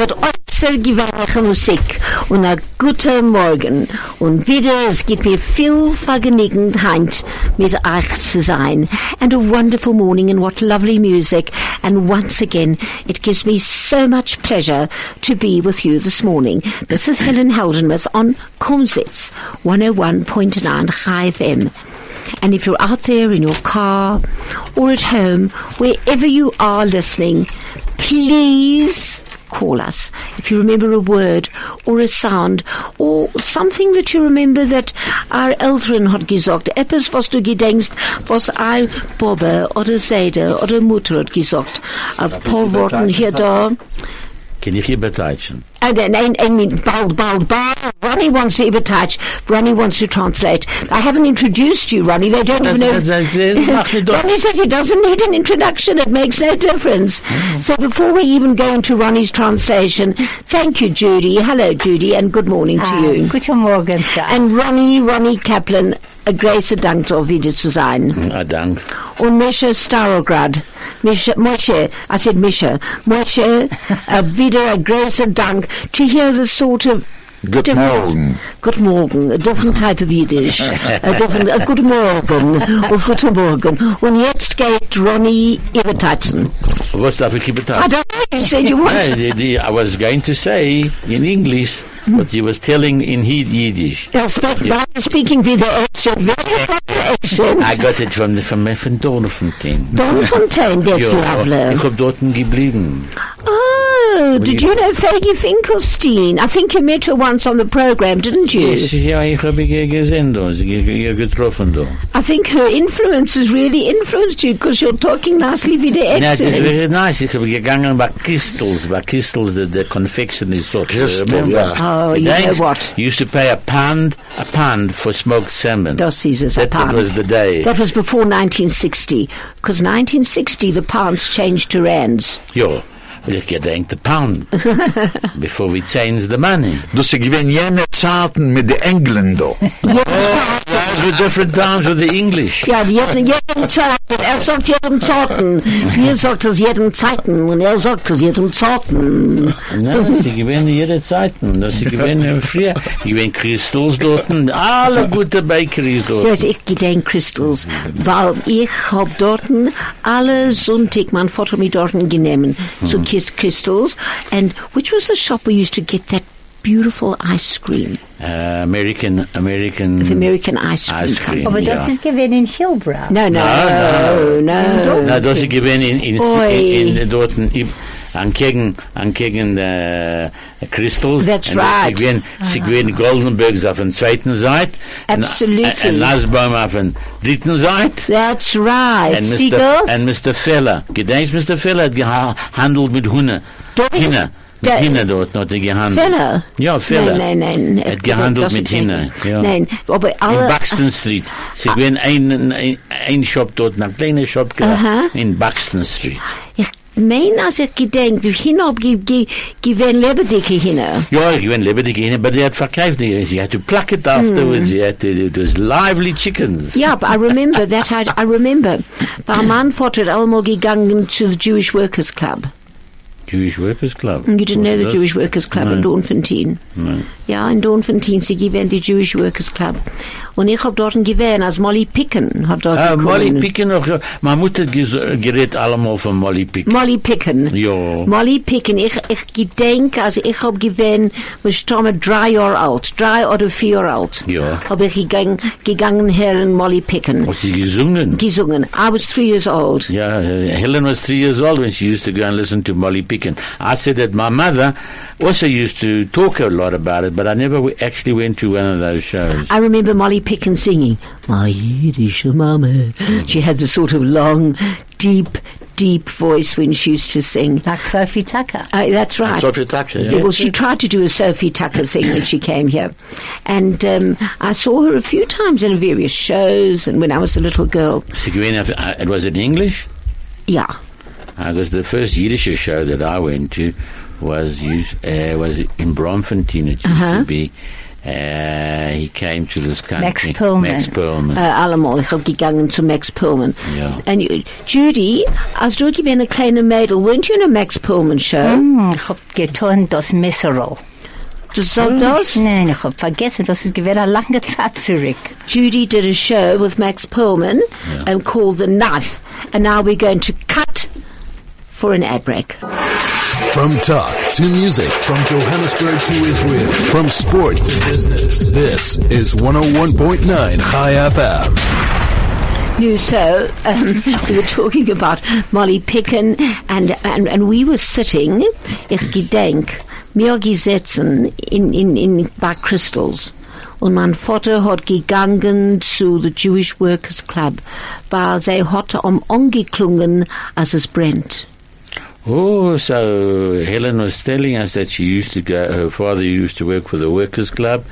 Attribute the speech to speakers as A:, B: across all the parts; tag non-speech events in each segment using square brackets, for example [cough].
A: besser gewährliche Musik und ein guter Morgen. Und wieder, es gibt mir viel Vergnügen, Heinz, mit euch zu sein. And a wonderful morning and what lovely music. And once again, it gives me so much pleasure to be with you this morning. This is Helen Heldenmuth on oh Kumsitz 101.9 High FM. And if you're out there in your car or at home, wherever you are listening, please call us. If you remember a word or a sound or something that you remember that our Eltern hat gesagt, etwas, was du gedenkst, was ein Bobbe oder Seide oder Mutter hat gesagt. Ein paar Worten hier da.
B: Kann ich hier beteiligen?
A: And then, and, and bald, bald, bald. Ronnie wants to imitate. Ronnie wants to translate. I haven't introduced you, Ronnie. They don't even know.
B: Das- das- das macht nicht doch-
A: Ronnie says he doesn't need an introduction. It makes no difference. So before we even go into Ronnie's translation, thank you, Judy. Hello, Judy, and good morning to you.
C: Ah, Guten Morgen, Sam.
A: And Ronnie, Ronnie Kaplan, a grace dank of wieder zu sein.
B: Ah, dank.
A: Und Misha Starograd. Misha, Moshe, I said Misha. Moshe,
B: [laughs]
A: a wieder a großer Dank to hear the sort of
D: Good morning.
A: Good morning, a different type of Yiddish. A different, a good morgen, und guten Morgen. Und jetzt geht Ronnie Ibertatzen.
B: Was darf ich hier
A: I
B: beteiligen?
A: don't know, you said you
B: Hey,
A: wanted.
B: the- the- I was going to say in English, but he was telling in Yid- Yiddish.
A: You're speaking, I'm speaking with the accent,
B: [laughs]
A: very funny accent.
B: I got it from the from my friend Donovan. [laughs]
A: Don Fontaine, that's lovely.
B: ich hab dort geblieben.
A: Oh, did you know Faggy Finkelstein? I think you met her once on the program, didn't you?
B: Yes, ja, ich habe ge- gesehen da, sie ge- ge- getroffen da.
A: I think her influence has really influenced you because you're talking nicely with the
B: Na, das
A: accent.
B: ist very nice. Ich habe gegangen bei Kistels, bei Kistels, the, the confectionery store.
D: Kistel,
B: Remember?
D: yeah.
A: Oh, you know
B: Thanks.
A: what?
B: You used to pay a pound, a pound for smoked salmon.
A: Das ist es, a
B: that, that
A: pound.
B: was the day.
A: That was before 1960, because 1960 the pounds changed to
B: [laughs]
A: rands.
B: Jo, will ich gedenk the [laughs] pound. Before we change the money.
D: Dus ik ben jene zaten met de [laughs] Engländer.
B: Those were different times with the English.
A: Ja, die jedem, jedem Zeiten, er sagt jedem
B: [laughs]
A: Zeiten. Mir sagt es jedem Zeiten und er sagt es jedem Zeiten.
B: Na, sie gewinnen jede Zeiten. Das sie gewinnen früher. Ich bin Christus dort. Alle gute Bakeries dort.
A: Das ich gedenk Crystals, weil ich hab dorten alle Sonntag mein Vater mit dorten genommen zu
B: Mhm.
A: Kiss Crystals and which was the shop we used to get that beautiful ice cream,
B: Uh, American,
A: the
B: American.
A: American ice cream.
B: Mm. Ice cream.
C: Aber das
B: Ja.
C: ist gewesen in Hillbrow.
A: No, no, no, no.
B: Na, das sie gewinnen in, in,
A: Oi.
B: in, in dort. An gegen, an gegen der Crystals.
A: That's
B: Und Sie
A: right.
B: gewinnen, sie gewinnen Goldenbergs auf der zweiten Seite. und-
A: Absolutely.
B: Und Lasbaum auf der dritten Seite.
A: That's right.
B: And Mr.
A: Seagulls.
B: and Mr. Feller. Gedenkst, Mr. Feller hat gehandelt mit Hunde.
A: Doch, ich-
B: Hinne. Mit
A: der-
B: Hinne dort hat er gehandelt.
A: Feller?
B: Ja, Feller.
A: Nein, nein, nein.
B: Hat gehandelt
A: Das
B: mit
A: ist nicht-
B: Hinne. Ja.
A: Nein, aber
B: In
A: alle... Ah.
B: Buxton Street. Sie gehen ein, ein, ein Shop dort, ein kleiner Shop gehabt,
A: Aha.
B: in Buxton Street.
A: Ich meine, als ich gedenk, ich hin hab, ge- ge- gewinn Lebedicke hinne.
B: Ja, ich bin lebendig hin, aber die hat verkauft. Sie had to pluck it
A: Hmm.
B: afterwards. Sie had to, it was lively chickens.
A: Yeah, but I remember that. I, I remember. Bei meinem Vater hat allemal gegangen to the Jewish Workers Club.
B: Jewish Workers Club.
A: You didn't know the
B: Was
A: Jewish Workers Club in
B: Nein.
A: Dornfontein.
B: Nein.
A: Ja, in Dornfontein, sie gewähren die Jewish Workers Club. Und ich hab dort gewähren, als Molly Picken hat dort
B: Ah,
A: gekommen.
B: Molly Picken noch. ja. Meine Mutter ges- gerät allemal von Molly Picken.
A: Molly Picken.
B: Ja.
A: Molly Picken. Ich, ich gedenk, also ich hab gewähren, wir stammen drei Jahre alt, drei oder vier Jahre alt.
B: Ja. Oh.
A: Hab ich gegangen, gegangen her in Molly Picken.
B: Hat sie gesungen?
A: Gesungen. I was three years old.
B: Yeah, uh, Helen was three years old when she used to go and listen to Molly Picken. I said that my mother also used to talk a lot about it, but I never w- actually went to one of those shows.
A: I remember Molly Picken singing, My Yiddish Mama. She had the sort of long, deep, deep voice when she used to sing.
C: Like Sophie Tucker.
A: Uh, that's right. Yeah, Well, she tried to do a Sophie Tucker thing when she came here. And um, I saw her a few times in various shows and when I was a little girl.
B: So you went after- uh, it was in English.
A: Yeah.
B: Uh, Because the first Yiddish show that I went to was used, uh, was in Bromfontein. It used
A: Uh-huh.
B: to be Uh, he came to this country.
C: Max Perlman.
B: Max Perlman.
A: Äh, allemal. Ich hab gegangen zu Max Pullman.
B: Ja.
A: And you, Judy, als du gewesen eine kleine Mädel, weren't you in a Max Pullman show?
C: Hm, ich hab getan das Messerl.
A: Das soll das?
C: Nein, ich hab vergessen, das ist gewesen eine lange Zeit zurück.
A: Judy did a show with Max Pullman
B: Yeah.
A: um, called The Knife. And now we're going to cut for an ad break.
E: From talk to music, from Johannesburg to Israel, from sport to business. This is 101.9 High FM.
A: No, so um, [laughs] we were talking about Molly Picken, and, and, and we were sitting, ich gedenk, mir gesetzen in, in, in, by crystals. Und mein Vater hat gegangen zu the Jewish Workers Club, weil sie hat am angeklungen, als es brennt.
B: Oh, so Helen was telling us that she used to go, her father used to work for the Workers' Club,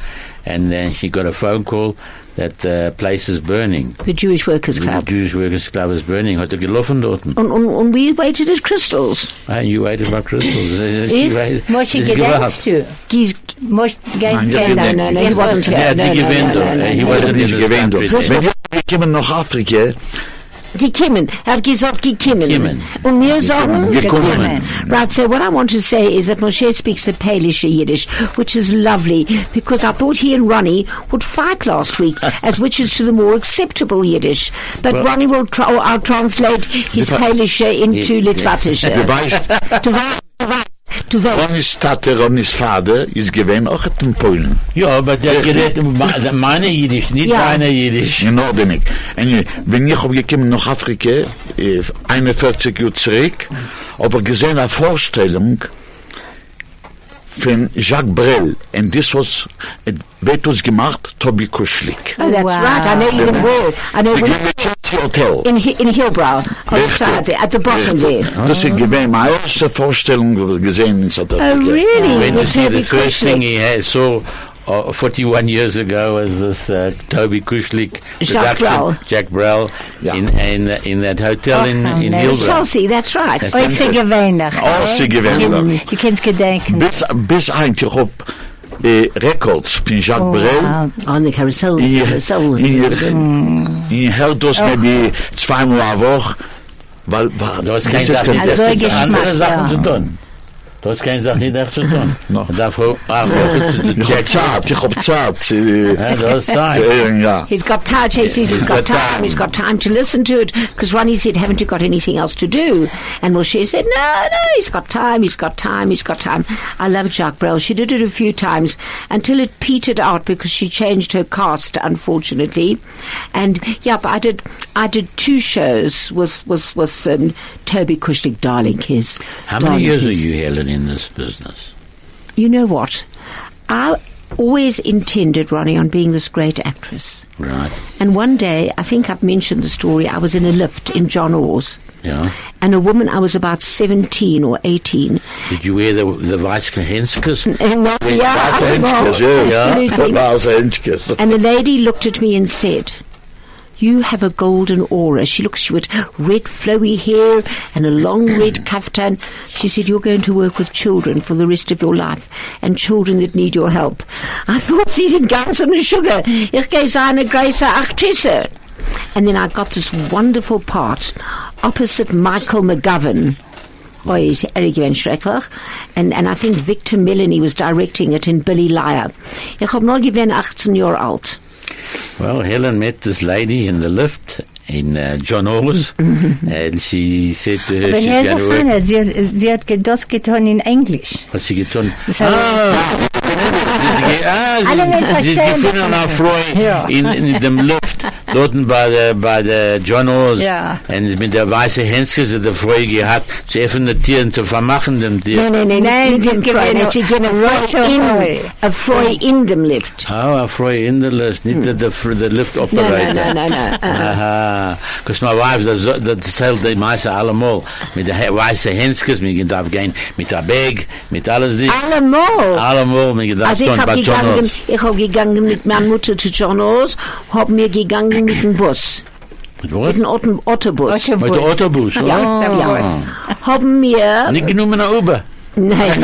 B: and then she got a phone call that the place is burning.
A: The Jewish Workers
B: The
A: Club.
B: Jewish Workers' Club is burning. Hat er gelaufen dort?
A: Und, und, und we waited at crystals.
B: Ah, you waited for crystals.
A: Ich?
C: Muss ich gedenkst du?
A: Dies,
C: Muss
D: Nein,
C: gedenkst
A: no,
C: du?
D: das ist
A: no, no, he wasn't
B: Er
A: here.
B: hat
A: No,
B: nicht
A: no,
B: gewählt
A: no, no,
B: dort.
A: no,
B: He
A: no.
B: wasn't in
D: nicht
B: this
D: gewähnt.
B: country then.
D: Wenn ja, wir kommen nach Afrika,
A: Die Kimmen. Er hat gesagt, die Kimmen.
B: Kimmen.
A: Und wir sagen,
D: gekommen.
A: gekommen. Right, so what I want to say is that Moshe speaks a Polish Yiddish, which is lovely, because I thought he and Ronnie would fight last week, as which is to the more acceptable Yiddish. But
B: Well-
A: Ronnie will try, I'll translate his
D: Depa-
A: Polish into Litvanische.
D: du weißt,
A: Du weißt, du weißt, du weißt.
D: Ronny's Tate, Ronny's Vater ist gewähnt auch in Polen.
B: Ja, aber der gerät ma- der meine Jiddisch, nicht
A: Ja.
B: deine Jiddisch.
D: In Nordenig. Und wenn ich gekommen nach Afrika, eh, 41 Jahre zurück, aber gesehen eine Vorstellung von Jacques Brel. Und das was, et wird uns gemacht, Tobi Kuschlik.
A: Oh, that's
C: Wow.
A: right. I know you in Wall. I know
D: Wir
A: you
D: gehen ins Chelsea Hotel.
A: in, Hi- in Hillbrow, outside,
D: Richtig.
A: at the bottom
D: Richtig.
A: there.
D: Das ist gewesen meine erste Vorstellung, die wir gesehen in South Africa.
A: Oh, really?
B: When you
A: With
B: see
A: Toby
B: the first
A: Kushner.
B: thing he had, saw uh, 41 years ago was this uh, Toby Kushlik
A: Jacques
B: production,
A: Brel.
B: Jack Brel,
D: Yeah.
B: in, in, in that hotel in,
C: Oh,
B: in
C: no.
B: Hilda.
A: Chelsea, that's right.
C: Äußer gewähnlich.
D: Äußer gewöhnlich.
C: Hm, Du kannst gedenken.
D: Bis, bis eigentlich auf äh, Records von Jacques
C: Oh,
D: Brel.
C: wow.
A: On the carousel. carousel.
D: Ihr hält das maybe zweimal a Woche, weil, weil
B: Da ist kein
D: das
B: Sache nicht
C: Also
B: echt zu tun.
C: Geschmack,
B: Andere Sachen
C: ja.
B: zu tun. Da ist kein Sache nicht echt zu tun.
D: [laughs] No.
B: Da fro- ah,
A: [laughs]
D: Ich hab Zeit, ich hab Zeit.
B: Ja,
D: äh,
B: da ist
D: zu
B: Zeit.
D: ehren, Ja.
A: He's got time, Chase. He's, he's got time. He's got time to listen to it. Because Ronnie said, haven't you got anything else to do? And Moshe said, no, no, he's got time. He's got time. He's got time. I love Jacques Brel. She did it a few times until it petered out because she changed her cast, unfortunately. And, yeah, but I did, I did two shows with, with, with um, Toby Kushnick, darling his.
B: How many
A: darling
B: years
A: his.
B: are you, Helen, in this business?
A: You know what? I always intended, Ronnie, on being this great actress.
B: Right.
A: And one day, I think I've mentioned the story, I was in a lift in John Oars.
B: Yeah.
A: And a woman, I was about 17 or 18.
B: Did you wear the, the vice Henskes?
A: And, well, yeah,
D: Walter
A: I
D: Henschkes,
A: was,
D: ja.
A: absolutely.
D: Walter Henschkes.
A: And the lady looked at me and said, you have a golden aura. She looked, she with red flowy hair and a long red kaftan. She said, you're going to work with children for the rest of your life and children that need your help. I thought, sie sind ganz ohne Sugar. Ich gehe seine Grace Actresse. And then I got this wonderful part opposite Michael McGovern. Oh, he's Eric Van Schrecklich. And, and I think Victor Melanie was directing it in Billy Liar. Ich hab noch gewesen 18 Jahre alt.
B: Well, Helen met this lady in the lift in uh, John Orr's, and she said to her,
C: Aber
B: she's
C: Herr
B: going to work.
C: Sochana, sie, sie hat ge- das getan in Englisch.
B: What's she Ah! done?
C: Das heißt, Alle nicht
B: Ah, sie
C: verstehen
B: gefunden an einer Frau
C: Ja.
B: in, in dem Luft, dort bei der, bei der John Orr's.
C: Ja.
B: Und mit der weißen Henske sie der Frau gehabt, zu öffnen Tieren, zu vermachen dem Tier.
A: Nein, nein,
C: Nein,
A: nein,
C: sie gewinnen
A: sie gehen
C: Roger Roy.
A: a Freud in dem Lift.
B: Oh, a Frau in der Lift, nicht der, der, der Lift
A: Hmm. No,
B: Operator.
A: no, no, no, no. Uh,
B: Aha, because my wife does that sell the mice allemaal met de wijze henskes, met je daar geen, met haar bag, met alles die,
A: Allemal.
B: allemaal met je daar
A: Also ich
B: stond
A: hab
B: bij Ah, John
A: gegangen,
B: Holmes.
A: ich hab gegangen mit meiner Mutter zu John O's, hab mir gegangen mit dem Bus,
B: Met
A: mit
B: wat?
A: dem Otto- Autobus.
C: Otto-
B: Met de autobus.
A: Ja,
B: oh.
A: ja. Haben mir,
B: Niet genoemd naar Uber.
A: nein,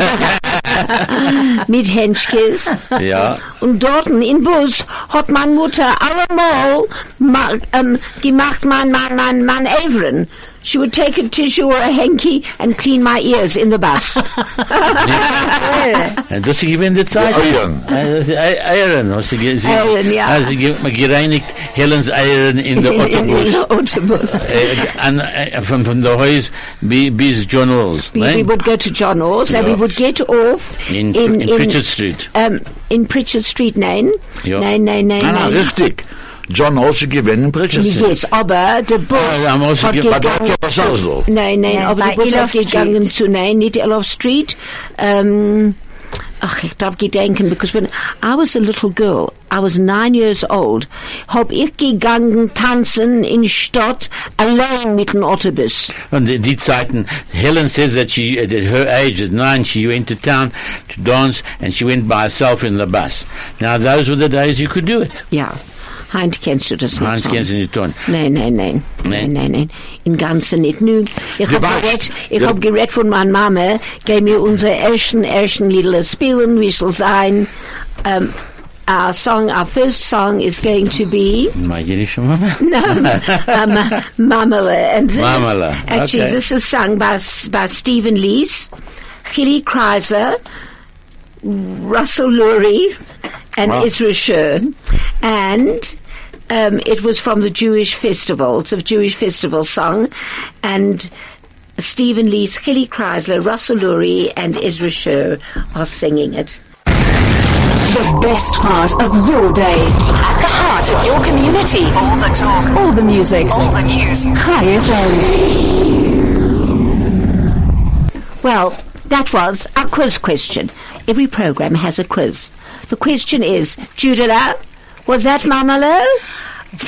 A: mit Henschkes.
B: Ja.
A: Und dort in Bus hat meine Mutter allemal ma, ähm, gemacht, mein, mein, mein, mein Avren. She would take a tissue or a hanky and clean my ears in the bus.
B: Und das gibt in der Zeit.
D: Eieren.
B: Äh, das- Ei- Eieren. hast du ge- sie-
A: Eieren, ja.
B: Also ge- gereinigt Helens Eieren [laughs]
A: [laughs]
B: in der
A: in, in, in
B: Autobus.
A: the autobus.
B: Äh, an, äh, von, von der Haus bi- bis John Walls.
A: We, we
B: nein?
A: would go to John Orr's and we
B: Ja.
A: would get off
B: In, in, Pritchard Street.
A: Um, in Pritchard Street, nein.
B: Ja.
A: Nein, nein, nein,
B: Ah,
D: Nein, nein,
A: nein.
D: richtig. John Olsen gewinnt in Bridges.
A: Yes, aber der Bus
B: Ah, ja, muss ich
A: hat
B: ge-
D: Aber da hat
A: gegangen.
D: ja was anderes drauf.
A: Nein, nein,
C: Nein,
A: aber der
C: bei
A: Bus hat
C: Elof
A: gegangen
C: Street.
A: zu, nein, nicht Elof Street. Ähm, ach, ich darf gedenken, because when I was a little girl, I was nine years old, hab ich gegangen tanzen in Stadt allein mit dem Autobus.
B: Und die, die Zeiten, Helen says that she, at her age, at nine, she went to town to dance and she went by herself in the bus. Now those were the days you could do it.
A: Ja. Heinz kennst du das nicht?
B: Hans
A: Hans?
B: kennst du nicht tun.
A: Nein, nein, nein.
B: Nee.
A: Nein, nein, nein. Im Ganzen nicht. Nun, ich
D: Die
A: hab
D: Wacht.
A: gerät, ich
D: Ja.
A: hab gerät von meiner Mama, geh mir unser ersten, ersten Liedle spielen, wie soll sein. Um, our song, our first song is going to be
B: Mag je niet [laughs] zo, mama?
A: um, um, Mamala. And this,
B: Mamala,
A: Actually,
B: okay.
A: this is sung by, S- by Stephen Lees, Hilly Chrysler, Russell Lurie, and
D: Wow.
A: Israel Sher. And um, it was from the Jewish festival. It's a Jewish festival song. And Stephen Lees, Hilly Chrysler, Russell Lurie, and Israel Sher are singing it.
F: The best part of your day. At the heart of your community. All the talk. All the music. All the news. Hi FM.
A: Well, that was our quiz question. Every program has a quiz. The question is, Judela, was that Mamalo?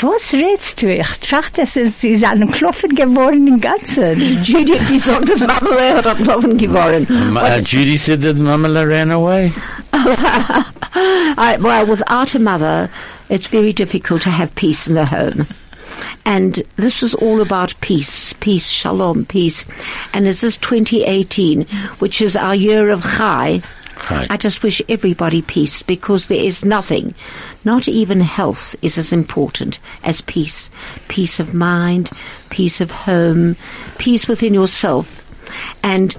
C: Was redst du? Ich trachte, es ist, sie ist an Klopfen geworden im Ganzen.
A: Judith, die sagt, das Mamalo hat am Laufen geworden.
B: Ma- uh, Judy said that Mamala ran away.
A: I, well, without a mother, it's very difficult to have peace in the home. And this was all about peace, peace, shalom, peace. And this is 2018, which is our year of Chai.
B: Right.
A: I just wish everybody peace because there is nothing, not even health, is as important as peace. Peace of mind, peace of home, peace within yourself. And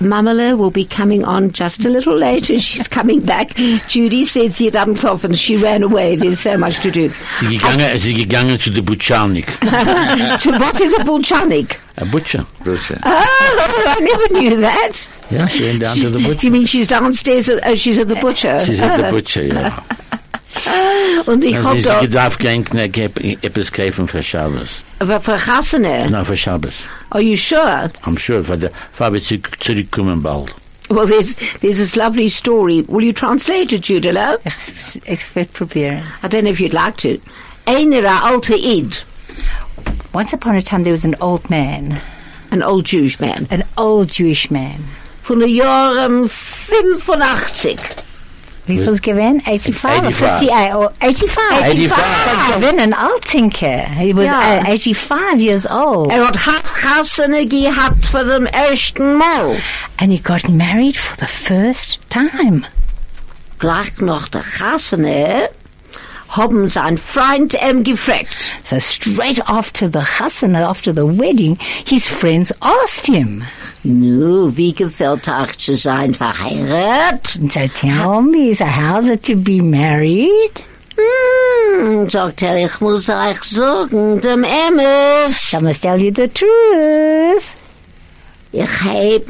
A: Mamala will be coming on just a little later. [laughs] She's coming back. Judy said she dumped off and she ran away. There's so much to do. [laughs]
B: Sie gegangen, sie gegangen zu der Butchalnik.
A: to what is a Bolchanik?
B: A butcher.
D: Bridges.
A: Oh, [laughs] I never knew that.
B: Yeah, she went down to the
A: You
B: [laughs] butcher.
A: mean she's downstairs? At, oh, she's at the butcher. [laughs]
B: She's at the butcher, yeah.
A: Und ich
B: Also
A: hab
B: sie
A: da
B: darf kein Knack etwas kaufen für Schabes.
A: ver- vergassene.
B: No, for Shabbos.
A: Are you sure?
B: I'm sure for the Fabi zurückkommen bald.
A: Well, there's there's this lovely story. Will you translate it, Judela?
C: Ich, ich werde probieren.
A: I don't know if you'd like to. Einera alte id,
C: Once upon a time, there was an old man,
A: an old Jewish man,
C: an old Jewish man.
A: von der um, Jahren 85.
C: Wie viel gewesen? 85 or
B: 85.
C: 50? I- or 85.
B: 85.
C: So gewesen an Altinker. He was
A: Yeah.
C: uh, 85 years old.
A: Er hat Hartkassene gehabt für den ersten Mal.
C: And he got married for the first time.
A: Gleich nach der Kassene haben sein Freund ähm, ihm gefragt.
C: So straight after the chasana, after the wedding, his friends asked him,
A: Nu, wie gefällt euch zu sein verheiratet?
C: so tell me, so how's it to be married?
A: Hm, sagt er, ich muss euch sagen, dem Emmes.
C: I must tell you the truth.
A: Ich heb,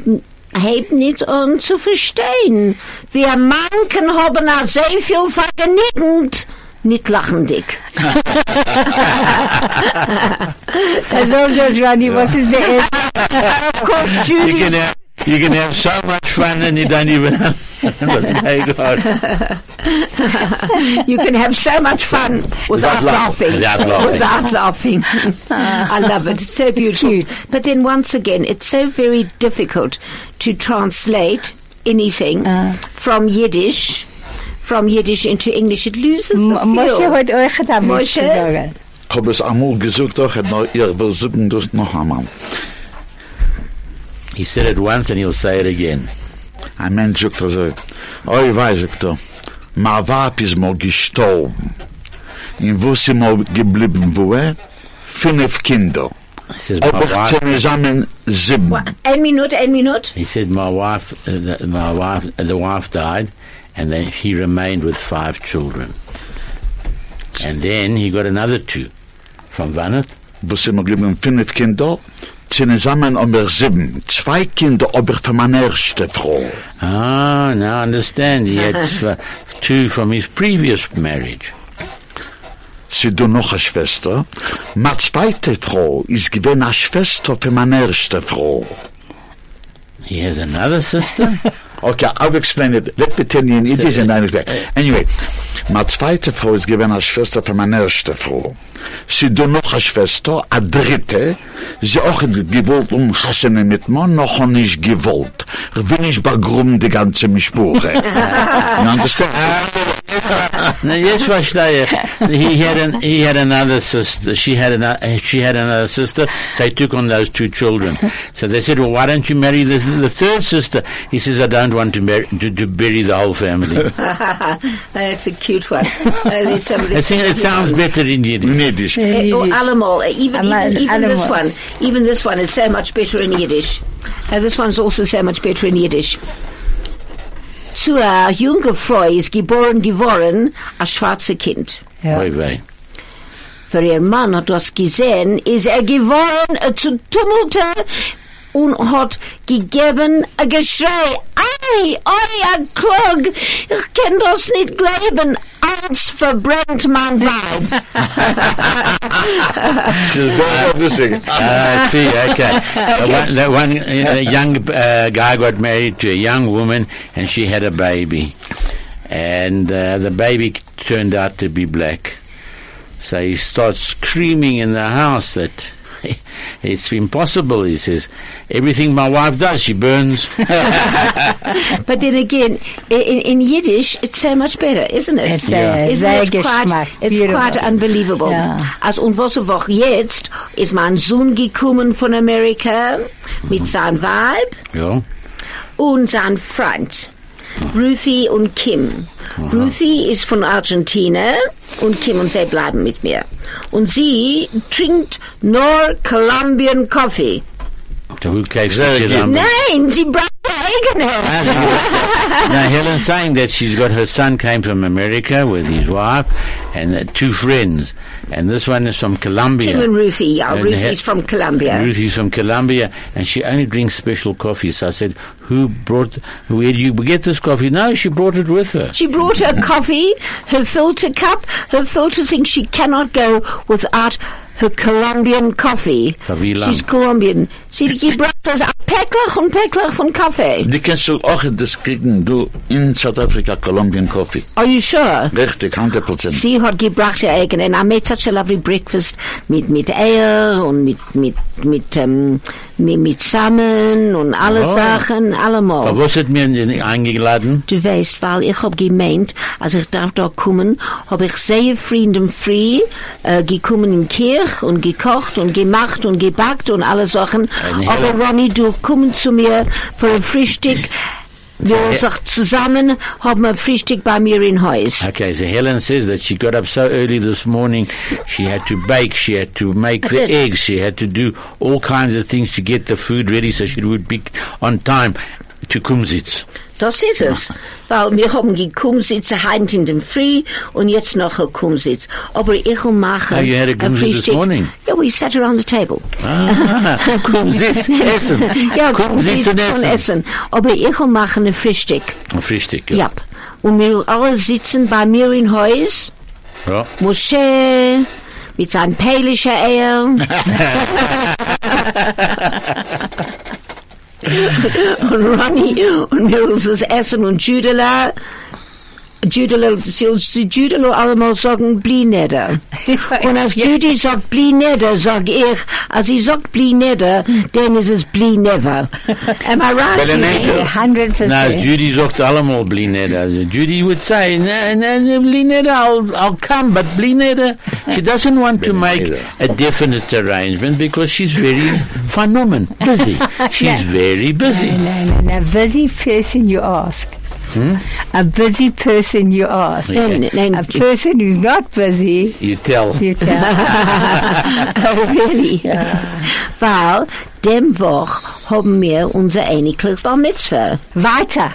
A: heb nicht um zu verstehen. Wir Manken haben auch sehr viel vergnügend. Nicht lachendig.
C: As old as Ronnie, what is [laughs] the answer?
B: You can have you can have so much fun and you don't even [laughs] have my God.
A: You can have so much fun without
B: Without laugh-
A: laughing.
B: without laughing.
A: Without laughing.
C: [laughs]
A: I love it. It's so beautiful. But then once again, it's so very difficult to translate anything
C: Uh.
A: from Yiddish, from Yiddish into English. It loses the
C: M- Moshe
A: feel.
C: hat euch da
A: Moshe?
C: mitgesorgen.
D: Ich habe es einmal gesucht, doch hat noch, ich will suchen das noch einmal.
B: He said it once and he'll say it again.
D: Ein Mensch sagt er so, oi, weiß Oh, ich doch, ma wab ist mal gestorben. In wo sie mal geblieben, wo er? Fünf Kinder.
B: He says, my
D: Aber
B: wife,
D: zusammen sieben.
A: Wa- Ein Minute, ein Minute.
B: he said, my wife, uh, the, my wife, uh, the wife died, and then he remained with five children. And then he got another two from Vaneth.
D: wo sie mir geblieben fünf Kinder, zusammen aber sieben. Zwei Kinder aber von meiner ersten Frau.
B: Ah, now I understand. He had f- two from his previous marriage.
D: Sie do noch eine Schwester. Meine zweite Frau ist gewesen eine Schwester von meiner ersten Frau.
B: He has another sister.
D: Okay, I'll explain it. Let me tell you in English and I explain. Anyway, meine zweite Frau ist gewesen eine Schwester von meiner ersten Frau. Sie do noch eine Schwester, eine dritte. Sie auch hat gewollt um Hassene mit mir, noch hat nicht gewollt. Ich bin nicht begrüben die ganze Mischbuche. you understand? Ah,
B: now, yes, Vashti, uh, he had an, he had another sister. She had another she had another sister. So he took on those two children. So they said, well, why don't you marry the, the third sister? He says, I don't want to, marry, to, to bury the whole family.
A: [laughs] That's a cute one. Uh, somebody- [laughs]
B: I think it sounds better in Yiddish.
D: Yiddish.
A: Eh, or Alamal. eh, Even,
C: Alamal,
A: even, even this
C: Alamal.
A: one. Even this one is so much better in Yiddish. Uh, this one's also so much better in Yiddish. Zu einer junge Frau ist geboren geworden, ein schwarzes Kind.
C: Ja.
B: Oy vey.
A: Für ihren Mann hat das gesehen, ist er geworden äh, zu Tumulte und hat gegeben ein Geschrei. Ei, ei, ein Krug, ich kann das nicht glauben, als verbrennt mein Weib.
B: Uh, Ah, I see, okay. The one, the one uh, the young uh, guy got married to a young woman, and she had a baby, and uh, the baby turned out to be black. So he starts screaming in the house that [laughs] it's impossible. He says, "Everything my wife does, she burns."
A: But then again, i- in, in Yiddish, it's so much better, isn't it?
C: It's, uh, Yeah.
A: Isn't
C: sehr
A: it quite,
C: Geschmack.
A: it's
C: Beautiful.
A: quite unbelievable.
C: Ja.
A: Als und was eine Woche jetzt ist mein Sohn gekommen von Amerika mit seinem Weib
B: yeah.
A: und seinem Freund. Ruthie und Kim. Ruthie ist von Argentinien und Kim und sie bleiben mit mir. Und sie trinkt nur Colombian Coffee.
B: So who gave such a number?
A: Nein, sie braucht eigene.
C: Ah,
B: now Helen's saying that she's got her son came from America with his wife and uh, two friends, and this one is from Colombia.
A: Kim and Ruthie. Yeah,
B: And
A: Ruthie's
B: he-
A: from Colombia.
B: Ruthie's from Colombia, and she only drinks special coffee. So I said, "Who brought? Where do you get this coffee?" No, she brought it with her.
A: She brought her coffee, her filter cup, her filter thing. She cannot go without her Colombian coffee.
B: Kavilan.
A: She's Colombian. Sie die gebracht das a Päcklach und Päcklach von Kaffee.
D: Die kannst du auch das kriegen, du, in Südafrika, Colombian Coffee.
A: Are you sure?
D: Richtig, 100%.
A: Sie hat gebracht ihr eigen and I made such a lovely breakfast mit mit Eier und mit mit mit ähm, mit, mit Samen und alle
B: Oh.
A: Sachen allemal.
B: But was it me eingeladen?
A: Du weißt, weil ich hab gemeint, als ich darf da kommen, hab ich sehr Freunden frei äh, gekommen in Kirch und gekocht und gemacht und gebackt und alle Sachen.
B: Eine
A: Aber
B: Helle.
A: Ronny, du komm zu mir für ein Frühstück. Wir sind zusammen, haben ein Frühstück bei mir in Haus.
B: Okay, so Helen says that she got up so early this morning. She had to bake, she had to make the eggs, she had to do all kinds of things to get the food ready so she would be on time to Kumsitz.
A: Das ist es. Weil wir haben gekumsitz heint in dem Früh und jetzt noch ein Kumsitz. Aber ich will machen
B: Oh, you had a
A: ein
B: Kumsitz this
A: Frühstück.
B: morning?
A: Ja, we sat around the table.
B: Ah, Kumsitz, Essen. [laughs]
A: Ja,
B: Kumsitz und
A: und
B: Essen.
A: essen. Aber ich will machen ein Frühstück.
B: Ein Frühstück,
A: Ja.
B: ja.
A: Und wir alle sitzen bei mir in Haus.
B: Ja.
A: Moshe mit seinem pälischer
B: [laughs]
A: Eier. und Ronny und Nils das Essen und Judela. Judel, sie Judel allemal sagen, blie neder. Und als Judy sagt, blie neder, sag ich, als sie sagt, blie neder, dann ist es blie
B: [laughs]
A: never. Am I right?
B: Well,
A: Judy?
B: never. Now, Judy zegt allemaal Blineda. Judy would say, "No, no, no, Blineda, I'll, I'll come, but Blineda, she doesn't want to make a definite arrangement because she's very phenomenon, busy. She's very busy.
C: No, no, no, no. Busy person you ask. A busy person you ask.
A: Then- then-
C: A person who's not busy,
B: You tell.
C: you tell.
A: [laughs] oh, really? Weil, dem Woch haben wir unser Einiglich Bar Mitzvah.
C: Weiter.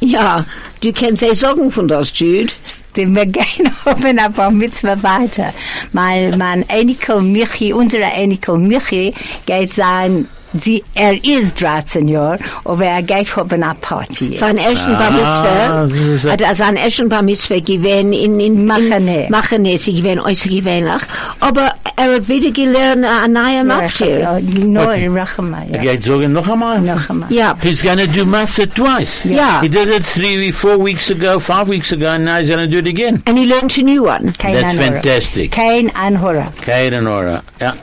A: Ja, du kannst ja sagen von das, Jude.
C: Den wir [laughs] gehen oben ab am Mitzvah weiter. Mein, mein Enkel Michi, unsere Enkel Michi, geht sein, sie, er ist 13 Jahre, aber er geht oben ab Party.
A: Sein ersten Bar
B: Ah, das ist
A: Mitzvah,
B: ja-
A: hat er sein ersten Bar Mitzvah gewähnt in, in
C: Machane.
A: Machane, sie gewähnt äußerst gewähnlich. Aber er hat wieder gelernt, äh, eine neue Maftir.
C: Ja, nur Rachama, ja.
B: Okay, so noch einmal.
C: Noch einmal.
A: Ja,
B: He's going to do master twice.
A: Yeah.
B: He did it three, four weeks ago, five weeks ago, and now he's going to do it again.
A: and he learned a new one.
C: Kein
B: That's
C: Anhörer.
B: fantastic.
C: Kein Anhörer.
B: Okay, Nora. Yeah.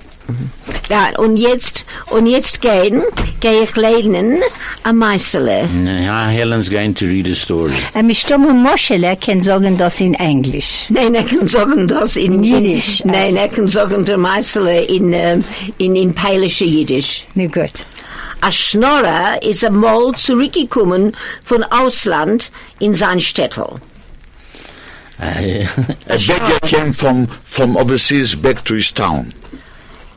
A: Ja, und jetzt, und jetzt gehen, gehe ich lernen, am Meisterle.
B: Now eh, Helen's going to read a story.
C: Ein Mischtum und Moschele kann sagen das in Englisch.
A: Nein, er kann sagen das in
C: Jiddisch.
A: Nein, er kann sagen der Meisterle in, ähm, in, in peilische Jiddisch.
C: Na gut.
A: A Schnorrer ist einmal zurückgekommen von Ausland in sein Städtel.
B: Ah, [laughs]
D: A beggar came from, from overseas back to his town.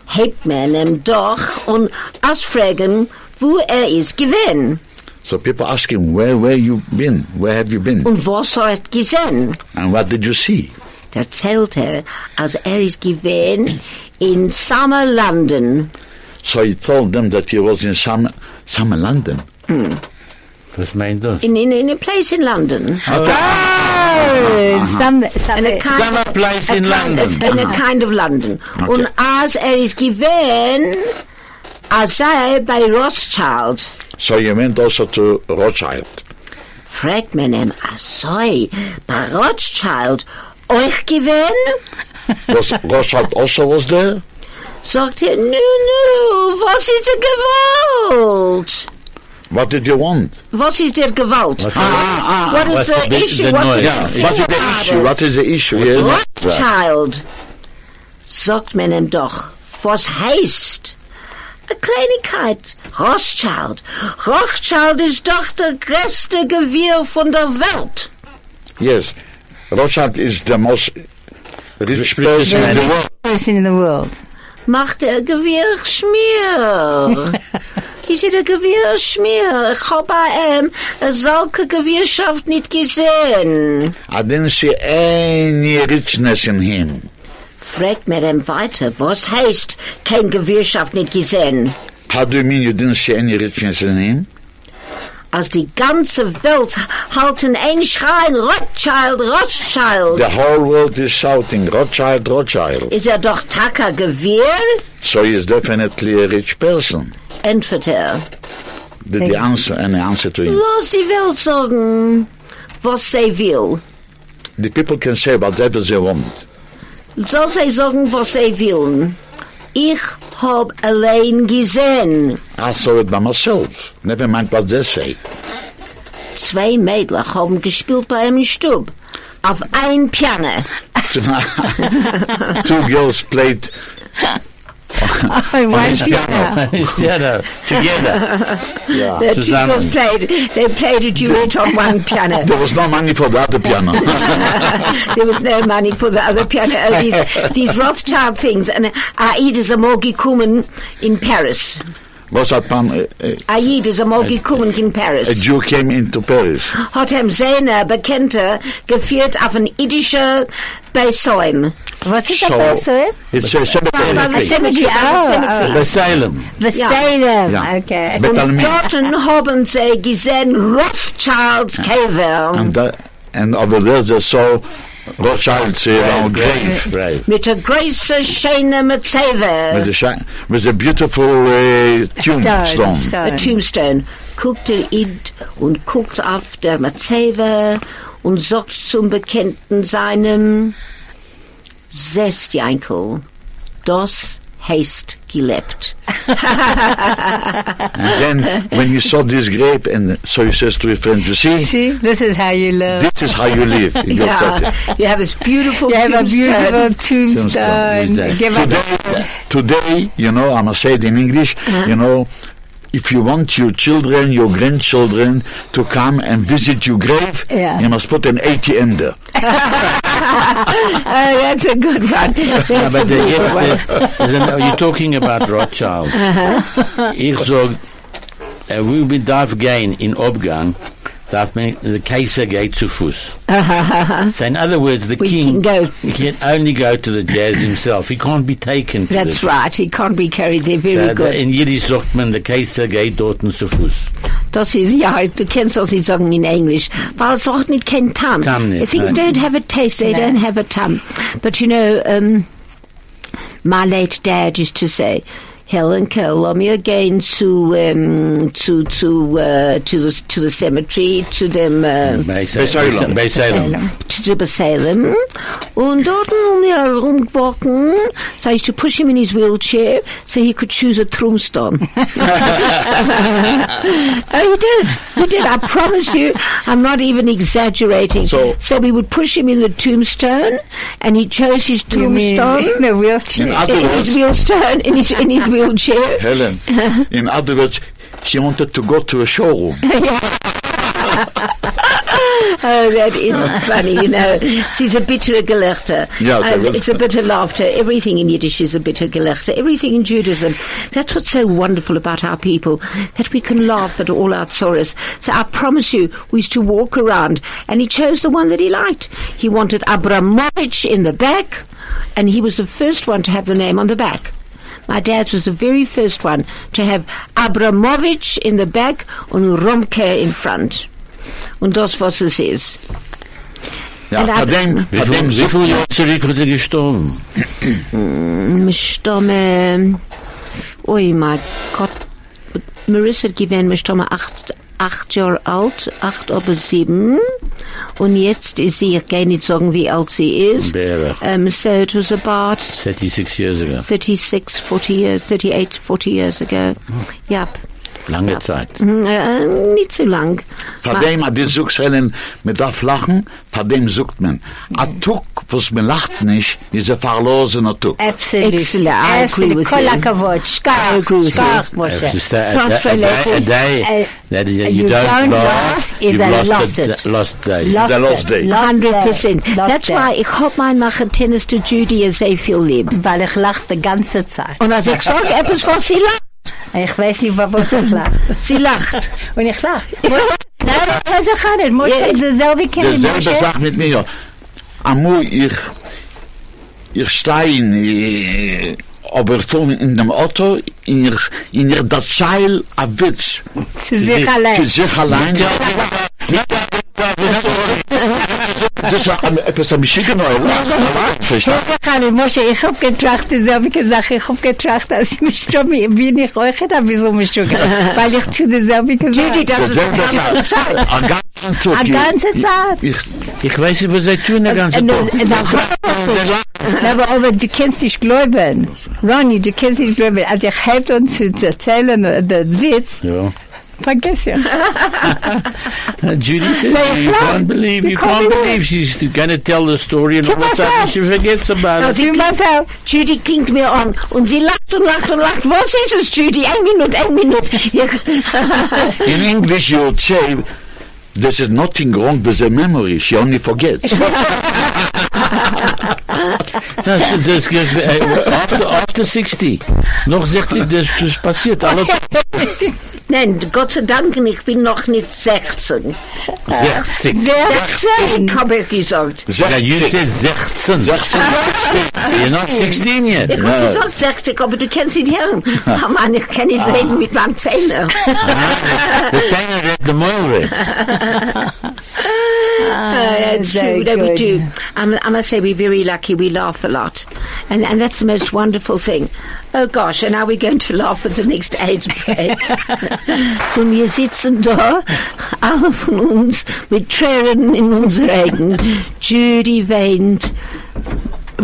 A: Hebt man ihm doch und ausfragen, wo er ist gewesen
D: So people ask him, where, where you been? Where have you been?
A: und was er hat gesehen.
D: And what did you see?
A: Da erzählt er, als er ist gewesen in Summer London.
D: So he told them that he was in some, some London.
B: Was meint das?
A: In, in, in a place in London.
B: Ah,
C: Oh, some,
A: Eine
C: some,
A: Karte.
B: Summer place
A: A
B: in
A: kind- [laughs]
B: London. Uh-huh.
A: a- In a kind of London. Und als er ist gewesen, als sei bei Rothschild,
D: So he went also to Rothschild.
A: fragt man ihm, als sei bei Rothschild euch gewesen?
D: [laughs] Was, Rothschild also was there?
A: Sagt er, nu, nu, was ist der Gewalt?
D: What did you want?
A: Was ist der Gewalt?
B: Was-
D: ah,
A: what is
B: was
A: the
B: the big-
A: issue?
B: the
A: what
B: noise.
A: is
B: Yeah,
A: the
D: What is
A: thing
D: the
A: about
D: issue?
A: it?
D: What is the issue? Yes.
A: Rothschild, sagt man ihm doch, was heißt? Eine Kleinigkeit, Rothschild. Rothschild ist doch der größte Gewirr von der Welt.
D: Yes. Rothschild is the most rich
B: Rich
D: person in
B: man.
D: the world.
C: person in the world.
A: Macht der Gewirr Schmier. Ist der Gewirr Schmier? Ich habe ähm, solche Gewirrschaft nicht gesehen.
D: I didn't see any richness in him.
A: Fragt mir dann weiter, was heißt kein Gewirrschaft nicht gesehen?
D: How do you mean you didn't see any richness in him?
A: Als die ganze Welt halt in één schreien, Rothschild, Rothschild.
D: The whole world is shouting, Rothschild, Rothschild.
A: Is er doch Taka Gewehr?
D: So he is definitely a rich person.
A: Entfert er.
D: Did he answer any answer to him?
A: Lass die Welt sagen, was sie will.
D: The people can say whatever they want.
A: Soll sie sagen, was sie will. Ich hab allein gesehen.
D: I saw it by myself. Never mind what they say.
A: Zwei Mädels haben gespielt bei einem Stub. Auf ein Piano.
D: Two
B: [laughs]
D: girls played
C: I want you
D: piano.
B: Together. Together.
D: Yeah.
A: The two
B: Zusammen.
A: girls played, they played a duet on one piano.
D: There was no money for the other piano.
B: [laughs]
A: there was no money for the other piano. Oh, these, these Rothschild things. And Aid is a morgi kumen in Paris.
D: Mozart Pan, a, a,
A: Aid is a morgi kumen in
D: a
A: Paris.
D: Jew came into Paris.
A: Hat hem seiner Bekannter geführt auf ein idischer Beisäum.
C: Was ist das so?
D: It's a cemetery.
A: Äh, Cemetery,
C: Oh,
A: Cemetery.
B: Asylum.
C: Was
A: Ja.
C: say them?
D: Ja.
C: Okay.
D: But I
A: Und
D: mean-
A: dort haben sie gesehen Rothschilds Käfer
D: And, that, and over there they saw Rothschild's you know, grave.
B: Right.
A: mit der großen, schönen
D: With
A: Metzewe.
D: a, shi- with a beautiful uh, tombstone.
A: Äh,
C: Stone.
A: a tombstone. Guckt er in und guckt auf der Matzeva und sagt zum Bekannten seinem Sestjankel, das heißt gelebt.
D: then when you saw this grape, and so you says to your friend, you see,
C: See, this is how you love.
D: this is how you live. in your culture."
A: yeah. You have this beautiful
C: You have a
A: tombstone.
C: beautiful tombstone.
B: Tombstone.
C: Give us
D: Today, today, you know, I must say it in English,
C: Uh-huh.
D: you know, if you want your children, your grandchildren to come and visit your grave,
C: Yeah.
D: you must put an ATM there.
A: Oh, that's a good one. That's
B: Ja,
A: a
B: but the,
A: good
B: yes,
A: one.
B: the, the, you're talking about Rothschild. Ich sag, äh, wo wir darf gehen in Obgang, darf man, the Kaiser geht zu Fuß.
C: [laughs]
B: So in other words, the
A: We
B: king
A: can go.
B: he can only go to the jazz himself. He can't be taken to
A: That's
B: the
A: right. He can't be carried there. Very
B: Uh,
A: good.
B: in Yiddish sagt man, the uh, Kaiser geht dort zu Fuß.
A: Das ist, ja, du kannst das nicht sagen in English. Weil es auch nicht kein Tam.
B: Tam nicht,
A: If things
B: nein.
A: don't have a taste, they
C: No.
A: don't have a Tam. But you know, um, my late dad used to say, Helen Cole, I'm again to, um, to, to, uh, to the, to the cemetery, to them, uh,
B: Bei
D: Salem.
B: Bei Salem.
A: to the Salem. Und dort um mir herumgeworfen, so I used to push him in his wheelchair so he could choose a tombstone. oh, he did. He did. I promise you, I'm not even exaggerating.
D: So-
A: we would push him in the tombstone and he chose his
C: you mean
A: tombstone.
C: [laughs] in a wheelchair.
D: In
A: In
D: other
A: his
D: words,
A: wheelstone, in his in his wheelchair.
D: Helen,
C: Uh-huh.
D: in other words, she wanted to go to a
C: [laughs]
D: showroom.
A: Oh, that is funny, you know. She's a bitter gelachter.
D: Yeah, so that's-
A: it's a bitter laughter. Everything in Yiddish is a bitter gelachter. Everything in Judaism. That's what's so wonderful about our people, that we can laugh at all our sorrows. So I promise you, we used to walk around, and he chose the one that he liked. He wanted Abramovich in the back, and he was the first one to have the name on the back. My dad's was the very first one to have Abramovich in the back and Romke in front. Und das, was es ist.
D: Ja,
A: And
D: bei
A: other-
D: dem,
B: Wie
D: bei dem
B: viel- wie
D: Sitz-
B: viele Jahre zurück hat er gestorben?
A: mich stamme, ui, mein Gott, Marissa hat gewesen, mich stamme acht, acht Jahre alt, acht oder sieben, und jetzt ist sie, ich kann nicht sagen, wie alt sie ist,
B: Berach.
A: um, so it was about
B: 36 years ago.
A: 36, 40 years, 38, 40 years ago, ja,
B: Lange Zeit.
A: Mm, äh, nicht so lang.
D: Von dem, an die sucht Helen, man darf
C: Mhm.
D: lachen, von dem sucht man. A Tuck, was man lacht nicht, ist ein verlosener Tuck.
C: Äh, Absolutely.
A: Excellent. I agree
C: Absolutely.
A: with
C: Kol
A: you.
C: hakavod. Shkach.
A: I agree with you.
C: Shkach,
B: Uh,
C: Moshe.
B: to stay- a,
A: Not
B: da-
A: for
B: a day,
A: local-
B: a day
C: uh,
B: that you,
C: you
B: don't,
C: don't
B: laugh,
C: laugh is
B: you've
C: a
B: lost,
C: lost
B: a
C: it.
B: d- lost day.
C: Lost
D: The lost
C: it.
D: day.
C: Lost
A: 100%.
C: it. Lost
A: That's
C: it.
A: why ich hab mein Machen Tennis zu Judy sehr viel lieb.
C: Weil ich lache die ganze Zeit.
A: Und als ich sage etwas, was sie lacht,
C: Ich weiß nicht, warum ich lache.
A: sie lacht.
C: Und ich lache. Nein, das weiß ich auch nicht. Moshe, dasselbe kenne ich
D: Derselbe
C: Moshe.
D: Sache mit mir. Amu, ich, ich stehe in, äh, aber vor mir in dem Auto, in ihr, in ihr Datscheil, a Witz.
C: Zu sich allein.
D: Zu sich allein. Das ist ein- etwas am Schicken, oder? Verstehst
C: Hilfe Khalil, Moshe, ich hab getracht, dieselbe Sache, ich hab getracht, als ich mich schon, wie ich euch da wieso mich schon
A: [laughs]
C: weil ich zu dieselbe
A: Judy,
C: Sache.
A: das ist
D: Derselbe Sache.
A: eine
D: Am ganzen Tag.
C: Am ganzen Tag.
D: Ich,
B: Ich weiß nicht, was sie tun den ganzen Tag.
C: äh,
A: [laughs]
C: Na, aber, aber du kannst nicht glauben. Ronny, du kannst nicht glauben. Als ich helfe uns zu erzählen, äh, den Witz,
B: Ja.
C: vergiss [laughs] ich.
B: Judy says,
C: They
B: you
C: laugh.
B: can't believe, you
C: Because
B: can't
C: they-
B: believe. She's going to tell the story and
C: To
B: all of a sudden
C: myself.
B: she forgets about it.
C: Sie Marcel,
A: Judy klingt mir an und sie lacht und lacht und lacht. Was ist es, Judy? Ein Minute, ein Minute. Ja.
D: in English, you would say, this is nothing wrong with the memory. She only forgets.
B: Das, das, das, äh, after, after 60. Noch 60, das, das passiert. Alle
A: [laughs] Nein, Gott sei Dank, ich bin noch nicht 16.
B: 60.
C: sehr
A: 16, habe ich gesagt.
B: Yeah, you said 16.
D: 16.
B: You're not 16 yet.
A: Ich habe gesagt 60, aber du kennst ihn hören. Oh Mann, ich kann nicht reden mit meinem Zähner.
B: er The same as the Moira.
A: that's
C: very
A: true. No, we
C: good.
A: do. I'm- I must say, we're very lucky. We laugh a lot, and and that's the most wonderful thing. Oh gosh, and are we going to laugh at the next age
C: [laughs]
A: break? Und wir sitzen da, alle von uns mit Tränen in unsere Augen. Judy weint.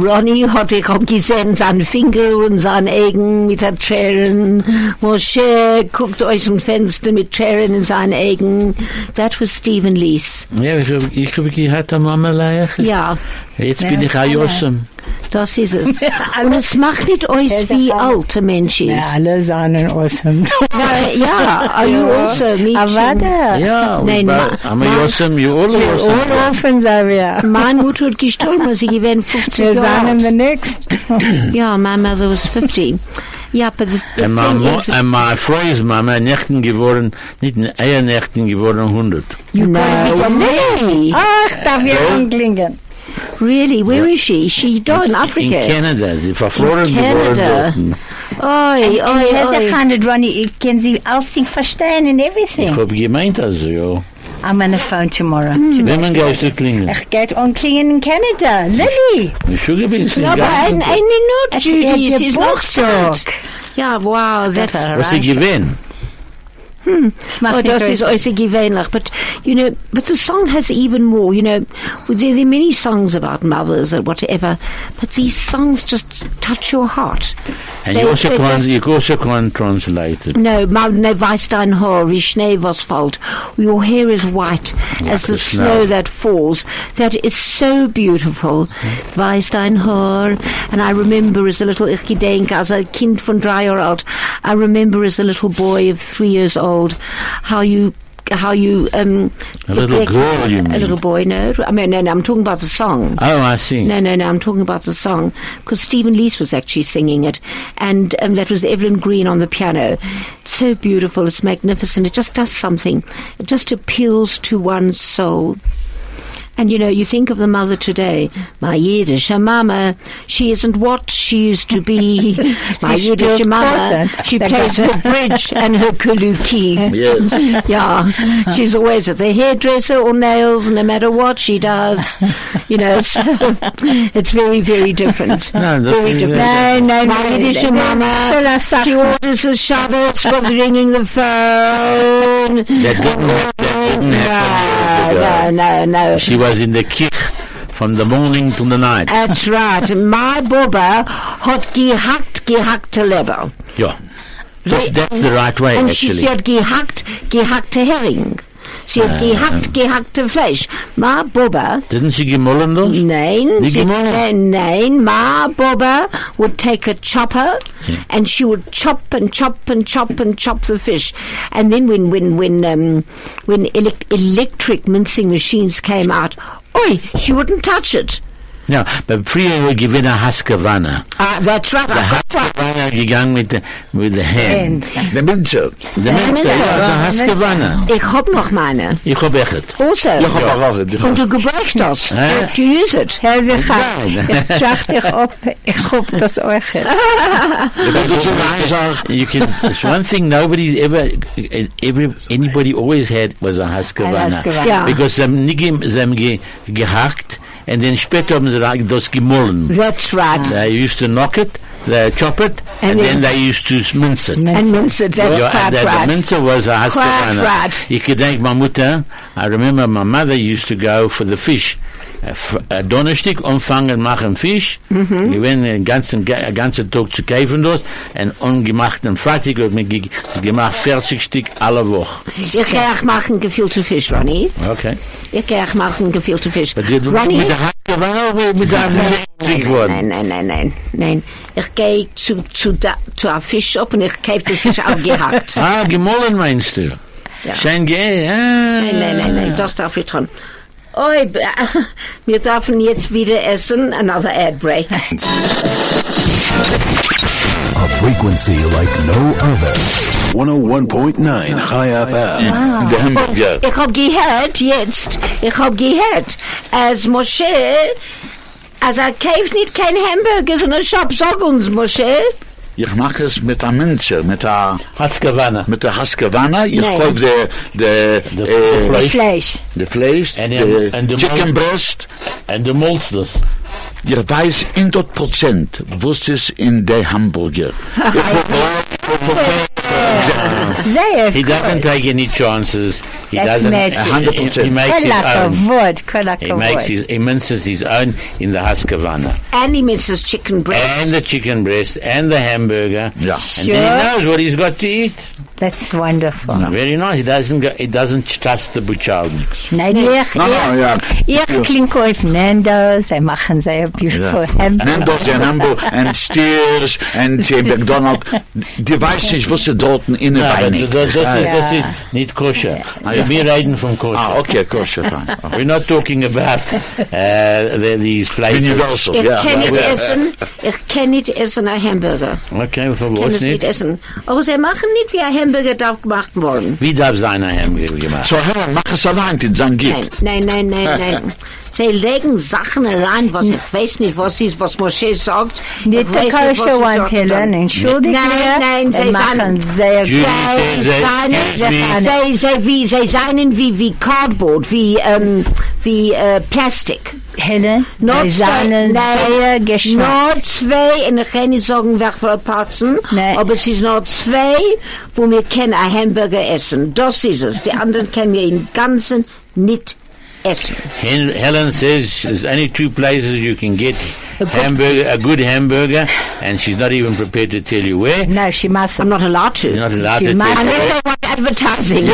A: Ronnie hat ich hab gesehen seinen Finger und seine Augen mit den Tränen. Moshe guckt aus dem Fenster mit Tränen in seinen Augen. That was Stephen
C: [laughs]
A: Lees.
B: Ja, ich habe ich hab gehört, am Mama leich.
A: Ja,
B: Jetzt bin ich ein Jossem.
A: das ist es. Und es macht nicht euch
C: Er ist
A: wie
C: erfahren.
A: alt ein Mensch ist.
G: Ja, alle sahen
C: [laughs]
G: awesome.
A: [laughs] Weil- Ja, are you also, me
C: Aber
A: too.
C: Ah, warte. Oh,
B: Ja,
A: Nein,
B: aber
A: ma-
B: am
A: ma-
B: Jossem, you all Jossem.
G: All offen sahen wir.
A: Meine Mutter hat gestorben, als ich gewesen 50
G: Wir
A: Jahre
G: sahen
A: alt.
G: the next.
A: Ja, my mother was 50. Ja, but the, the
B: Und meine
A: thing
B: Mo-
A: is,
B: und meine Frau ist Mama, Nächten geworden, nicht eine Nächten geworden, 100.
A: you no way.
G: Ach, darf ich anklingen.
A: Really, where is she? She died in
B: In
A: Africa.
B: Canada, sie verfloren
A: In
B: geworden.
A: Canada.
B: dorten.
A: Oi, oi,
C: Herr
A: oi.
C: Zerhan und Ronnie, ich kann sie alles nicht verstehen and
B: Ich
C: everything.
B: habe gemeint, also, ja.
C: I'm on the phone tomorrow.
A: Hm.
B: Wenn man geht zu klingeln.
C: Ich gehe anklingen in Canada. Lily!
B: Ich schuge bin ich
A: Ja,
B: nicht
A: aber ein, ein
B: gegangen.
A: Minute,
C: Es
A: Judy,
C: ist
A: es ist noch
C: Geburtstag.
A: Sonntag. Ja, wow, that's...
B: Was ich gewinne.
C: Das macht
A: Oh,
C: nicht
A: that is
C: richtig.
A: also gewöhnlich. But, you know, but the song has even more, you know, there, there are many songs about mothers and whatever, but these songs just touch your heart.
B: And
A: They-
B: you also
A: they
B: can't,
A: just-
B: you also can't translate it.
A: No, Maudne Weistein Haar, Rishne Vosfold. Your hair is white as the
B: the
A: snow.
B: snow.
A: that falls. That is so beautiful.
B: Hmm.
A: Weistein Haar. And I remember as a little, ich gedenk, as a kind von drei Jahre alt, I remember as a little boy of three years old, how you how you um
B: A little
A: neglect-
B: girl, you
A: a
B: mean?
A: little boy no I mean no, no I'm talking about the song
B: Oh, I see.
A: no, no, no. I'm talking about the song because Stephen Lees was actually singing it, and um, that was Evelyn Green on the piano. It's so beautiful. It's magnificent. It just does something. It just appeals to one's soul. And you know, you think of the mother today, my Yiddish mama, she isn't what she used to be. my
G: She's
A: Yiddish
G: still
A: mama,
G: present.
A: she plays her bridge and her kaluki. [laughs] Yeah, she's always at the hairdresser or nails, no matter what she does. You know, so [laughs] it's very, very different.
B: No, that's
A: very
B: very
A: different.
B: different.
A: no, My Yiddish mama, she orders her shovels from ringing the phone.
B: That didn't, that didn't happen.
A: No, no, no, no.
B: She was in the kick from the morning to the night.
A: That's right. My Bubba hat gehackt, gehackte Leber.
B: Yeah. That's, that's the right way,
A: Und sie,
B: actually.
A: sie hat gehackt, gehackte Hering. Sie hat gehackt, gehackte Fleisch. My Bubba,
B: Didn't she give Molendos?
A: nein,
B: Wie
A: sie,
B: gemacht?
A: äh, nein, my Bubba would take a chopper and she would chop and chop and chop and chop the fish. And then when, when, when, um, when elec electric mincing machines came out, oi, she wouldn't touch it.
B: No, but früher were given a Husqvarna.
A: Uh, that's right.
B: The
A: I got that.
B: Husqvarna gegangen with the, with the hand.
D: Der Minzer.
B: The Mensa,
A: Mensa.
B: ja, the Husqvarna.
A: Ich hab noch meine.
B: Ich hab echt.
A: Also.
D: Ich hab auch gesagt, ich
A: Und
D: hab-
A: du gebrauchst das.
B: Hä?
A: Du use it.
G: Herr Sicher,
B: Nein.
G: ich schach dich ab, ich hab das euch.
D: Das ist eine Sache.
B: You can. It's one thing nobody's ever, every anybody always had was a Husqvarna.
C: Husqvarna.
A: Ja.
B: Because sie haben nie gem- sie haben ge, gehackt, and then später haben sie da- das gemolden.
A: That's right.
B: They used to knock it, they chop it, and,
A: And then-
B: then they used to mince it.
A: And mince it. That's
B: Yeah,
A: quite
B: and the, the
A: right.
B: mincer was a Husqvarna.
A: right.
B: You could thank my mother. I remember my mother used to go for the fish. A f- a Donnerstag umfangen machen Fisch.
A: Mm-hmm.
B: Wir waren den ganzen, Ge- den ganzen Tag zu kaufen dort. Und ungemachten Freitag hat man ge- gemacht 40 Stück alle Woche.
A: Ich gehe auch machen gefüllte Fisch, Ronny.
B: Okay.
A: Ich gehe auch machen gefüllte Fisch.
B: But you-
A: Ronny?
B: mit der Husqvarna oder mit der Elektrik
A: Nein,
B: worden?
A: nein, nein, nein, nein. Ich gehe zu, zu, da, zu einem Fisch ab und ich kaufe den Fisch auch gehackt.
B: Ah, gemollen meinst du?
A: Ja.
B: Schein geh, ah.
A: Nein, nein, nein, nein, das darf ich schon. Oi, b- [laughs] wir dürfen jetzt wieder essen, another ad break.
E: A frequency like no other. 101.9 High FM.
D: Der Hamburger.
A: Ich hab gehört jetzt, ich hab gehört, als Moshe, als er kauft nicht kein Hamburger, sondern Shop, sag uns, Moshe.
D: ich mache es mit einem Menschen, mit der,
B: Hat's gewonnen.
D: mit der Haskavana, ich
A: Nee.
D: kaufe der, der,
B: De-
D: äh,
B: de vlees.
C: Fleisch.
D: der Fleisch,
B: En
D: der
B: de- en de
D: Chicken
B: man-
D: Breast,
B: En de molsters.
D: ihr weiß 100 Prozent, was ist in der Hamburger. Ich
G: Sehr
B: He doesn't take any chances. He
C: That's
B: doesn't.
C: magic.
B: a hundred
D: He-
B: percent. He makes
G: Kolla
B: his own.
G: kavod, kolla
B: He makes
G: kavod.
B: his, he minces his own in the Husqvarna.
A: And he misses chicken
D: Äh,
A: breast.
B: And the chicken breast, and the hamburger.
D: Yeah.
B: And then he
C: Sure.
B: knows what he's got to eat.
C: That's wonderful.
B: Very nice. He doesn't go, he doesn't trust the buchalniks.
C: Nein, ich,
D: No, no, ja.
C: ich, ich klinke auf Nando's, sie machen sehr beautiful Hamburger.
D: Nando's and Hamburg and Steers and äh, McDonald. Die weiß nicht, was sie dort in der
B: No,
D: Weine.
B: but that- that's,
C: Yeah.
B: that's it. Need kosher.
D: Yeah.
B: We're riding from kosher.
D: Ah, okay, kosher,
B: [laughs]
D: fine. Okay.
B: We're not talking about [laughs] uh, the, these places.
D: Universal,
A: Ich
D: oh, ja.
A: kann nicht
D: ja.
A: essen, ich kann nicht essen ein Hamburger.
B: Okay, for
A: Ich kann
B: was
A: es nicht
B: nicht?
A: essen. Aber sie machen nicht, wie ein Hamburger darf gemacht worden.
B: Wie darf sein ein Hamburger gemacht?
D: So, Herr, mach es allein, die
A: Nein,
D: dann geht.
A: nein, nein,
D: [laughs]
A: nein, nein. Sie legen Sachen rein, was ich weiß nicht, was ist, was Moshe sagt.
C: Nicht
A: Ich
C: der
A: weiß nicht, was
C: Kölsche
A: sie
C: One,
A: dort
C: Helen,
A: haben.
C: entschuldige
A: Nein, nein,
C: wir
A: sie
C: machen
A: sagen-
C: sehr
B: Judy says
C: gut.
B: that
A: Seinen,
B: every-
A: sei, sei, wie, sei seinen wie, wie Cardboard, wie, ähm, wie äh, Plastik.
C: Helen,
A: Not
C: wir sagen
A: so-
C: sehr Geschmack.
A: Nur zwei, und ich kann nicht sagen, wer für Patzen,
C: Nein.
A: aber es ist nur zwei, wo wir können ein Hamburger essen. Das ist es. Die anderen können wir im Ganzen nicht essen.
B: Hen- Helen says there's only two places you can get hamburger, a good hamburger, and she's not even prepared to tell you where.
C: No, she mustn't.
A: I'm not allowed to.
B: You're not allowed
C: She
B: to
C: might-
B: tell
A: Unless
C: [laughs]
A: they want advertising.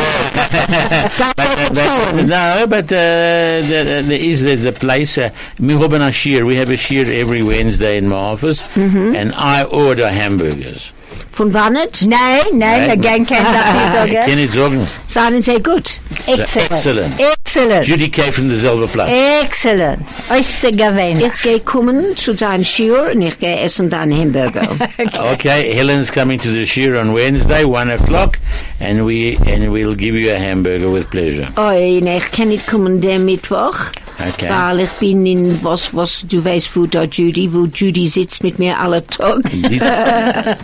A: That's
B: But,
A: what
B: uh,
A: I'm
B: but,
A: saying.
B: no, but uh, there, there is there's a place. Uh, we have a shear. We have a shear every Wednesday in my office,
C: Mm-hmm.
B: and I order hamburgers.
A: [laughs] Von Warnet
C: Nein, nein,
B: Nein.
C: again kann [laughs] ich das nicht sagen.
B: Can it sagen?
A: sagen sie gut.
C: Excellent.
B: Excellent.
C: Excellent.
B: Judy came from the Silver Plus.
C: Excellent. Äußerst gewöhnlich.
A: Ich gehe kommen zu deinem Schier und ich gehe essen deinen Hamburger.
B: Okay, Helen's coming to the shear on Wednesday, one o'clock, and we and we'll give you a hamburger with pleasure.
A: Oi, nee, ich kann nicht kommen der Mittwoch,
B: Okay.
A: weil ich bin in was, was, du weißt, wo da Judy, wo Judy sitzt mit mir alle Tag.
B: I-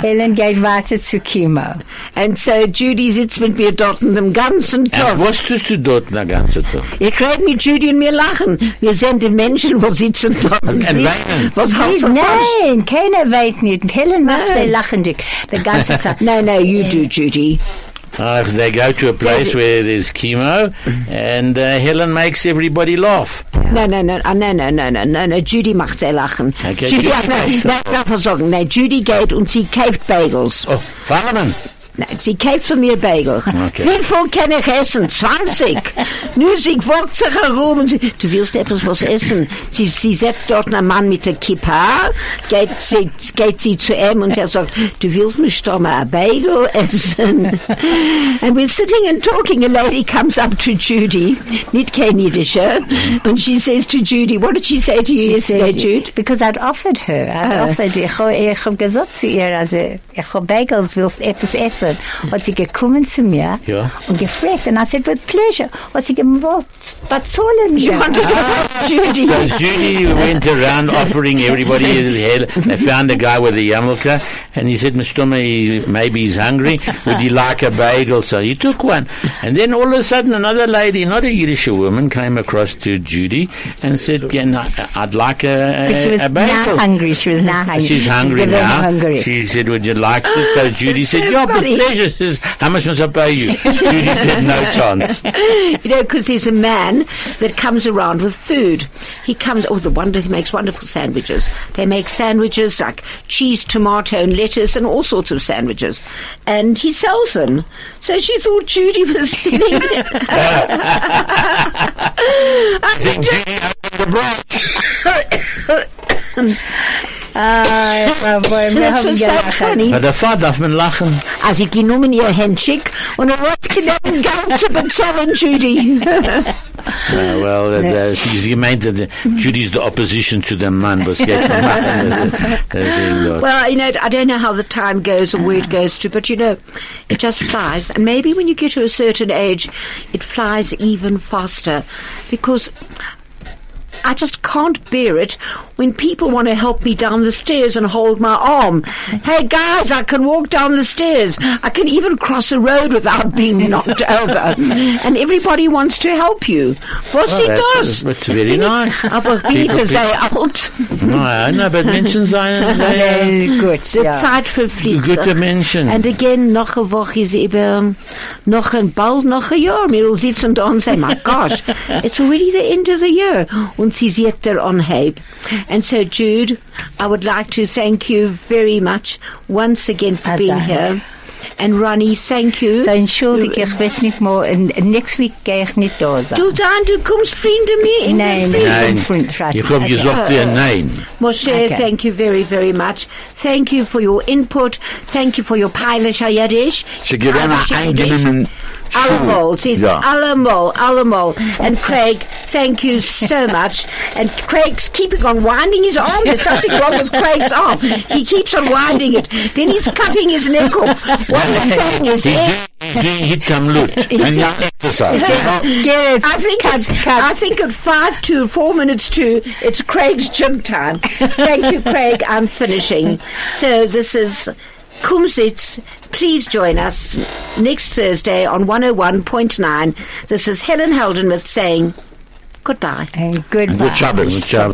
C: Helen geht weiter zu Chemo.
A: And so Judy sitzt mit mir dort den ganzen
B: Ach,
A: Tag.
B: was tust du dort den ganzen Tag?
A: Ich rede mit Judy und wir lachen. Wir sind die Menschen, wo sitzen dort.
B: Und weinen.
A: Was hast du gemacht?
C: Nein, keiner weiß nicht. Helen macht
A: Nein.
C: sie lachendig. Die ganze Zeit.
A: Nein, nein, you do, Judy.
B: Uh, if they go to a place where there's chemo, and uh, Helen makes everybody laugh.
A: Nein, nein, nein, ah, nein, nein, nein, nein, nein, nein, Judy macht sehr lachen.
B: Okay,
A: Judy,
B: Judy
A: ah, nein,
B: macht-
A: nein, ich darf was sagen, nein, Judy geht und sie kauft Bagels.
B: Oh, Farman.
A: Nein, sie kauft von mir Bagel.
B: Okay.
A: Wie viel kann ich essen? 20? Nur sie wagt sich herum und sie, du willst etwas was essen. Sie, sie setzt dort einen Mann mit der Kippa, geht sie, geht sie zu ihm und er sagt, du willst mich doch mal ein Bagel essen. And we're sitting and talking, a lady comes up to Judy, nicht kein Jiddischer, and she says to Judy, what did she say to you yesterday, Jude?
C: Because I'd offered her. I'd
B: Uh.
A: Ah.
C: offered, ich habe ich hab gesagt zu ihr, also ich habe Bagels, willst etwas essen? Hat sie gekommen zu mir
B: Ja.
C: und gefragt. And I said, with pleasure. Hat sie gewollt, was sollen
A: You
C: wir?
A: want to go Judy?
B: So Judy went around offering everybody a head. They found a guy with a yarmulke, and he said, Mr. May, maybe he's hungry. Would you like a bagel? So he took one. And then all of a sudden, another lady, not a Yiddish woman, came across to Judy and said, yeah, no, I'd like
C: She
B: a,
C: was
B: a, a
C: not
B: bagel.
C: hungry. She was not hungry.
B: She's hungry
C: She's very
B: now.
C: hungry.
B: She said, "Would you like it?" So Judy said, "Yeah, with
A: Funny.
B: pleasure." She says, "How much must I pay you?" Judy said, "No chance."
A: [laughs]
C: [laughs]
A: you know, because there's a man that comes around with food. He comes, oh, the wonder, he makes wonderful sandwiches. They make sandwiches like cheese, tomato, and lettuce, and all sorts of sandwiches. And he sells them. So she thought Judy was [laughs] sitting there.
C: Ah, jawohl, wir
A: That
C: haben
A: was so
C: gelacht.
A: funny.
B: But the father darf man lachen.
A: Als ik genomen ihr Händschik und er wollte [laughs] genommen ganze bezahlen, Judy. [laughs]
B: Uh, well, uh, uh, she's he meant that uh, Judy's the opposition to the man, but she had to laugh. Uh, uh, uh, uh,
A: Well, you know, I don't know how the time goes or where it goes to, but you know, it just flies. And maybe when you get to a certain age, it flies even faster because I just can't bear it when people want to help me down the stairs and hold my arm. Hey guys, I can walk down the stairs. I can even cross a road without being
B: [laughs]
A: knocked over. And everybody wants to help you. Was
B: Oh,
A: he
B: that-
A: does?
B: that's very nice.
A: Aber Peter
B: People-
A: sei alt.
B: Nein, aber Menschen seien äh,
C: Very good.
A: Die
C: ja.
A: Zeit verfliegt.
B: gute
C: Mm.
B: Menschen.
A: And again, noch eine Woche ist eben, noch ein, bald noch ein Jahr. Wir sitzen da und sagen, my gosh, [laughs] it's already the end of the year. Und sie sieht der Anheb. And so, Jude, I would like to thank you very much once again for
C: Ah,
A: being
C: dank.
A: here. And Ronnie, thank you.
C: So entschuldige, ich weiß nicht mal, in- in next week gehe ich nicht da sein.
A: Du dann, du kommst Freunde mir in den
C: Nein,
A: Frieden.
B: Nein,
C: Frieden.
B: ich habe
C: Okay.
B: gesagt, ihr nein.
A: Moshe,
C: Okay.
A: thank you very, very much. Thank you for your input. Thank you for your Polish Yiddish.
D: Sie gewinnen angenehmen
A: Allemol, sie ist
D: Ja.
A: allemol, allemol. And Craig, thank you so much. And Craig's keeping on winding his arm. There's something wrong with Craig's arm. He keeps on winding it. Then he's cutting his neck off. What he's saying is,
B: Die
A: eh,
B: die hit am Lut.
D: Ein Jahr exercise.
C: Gerrit,
A: I think it's, I think at five to four minutes to it's Craig's gym time. Thank you, Craig. I'm finishing. So this is Kumsitz. Please join us next Thursday on 101.9. This is Helen Haldenmuth saying goodbye.
C: Ein goodbye.
D: Gut Schabbat.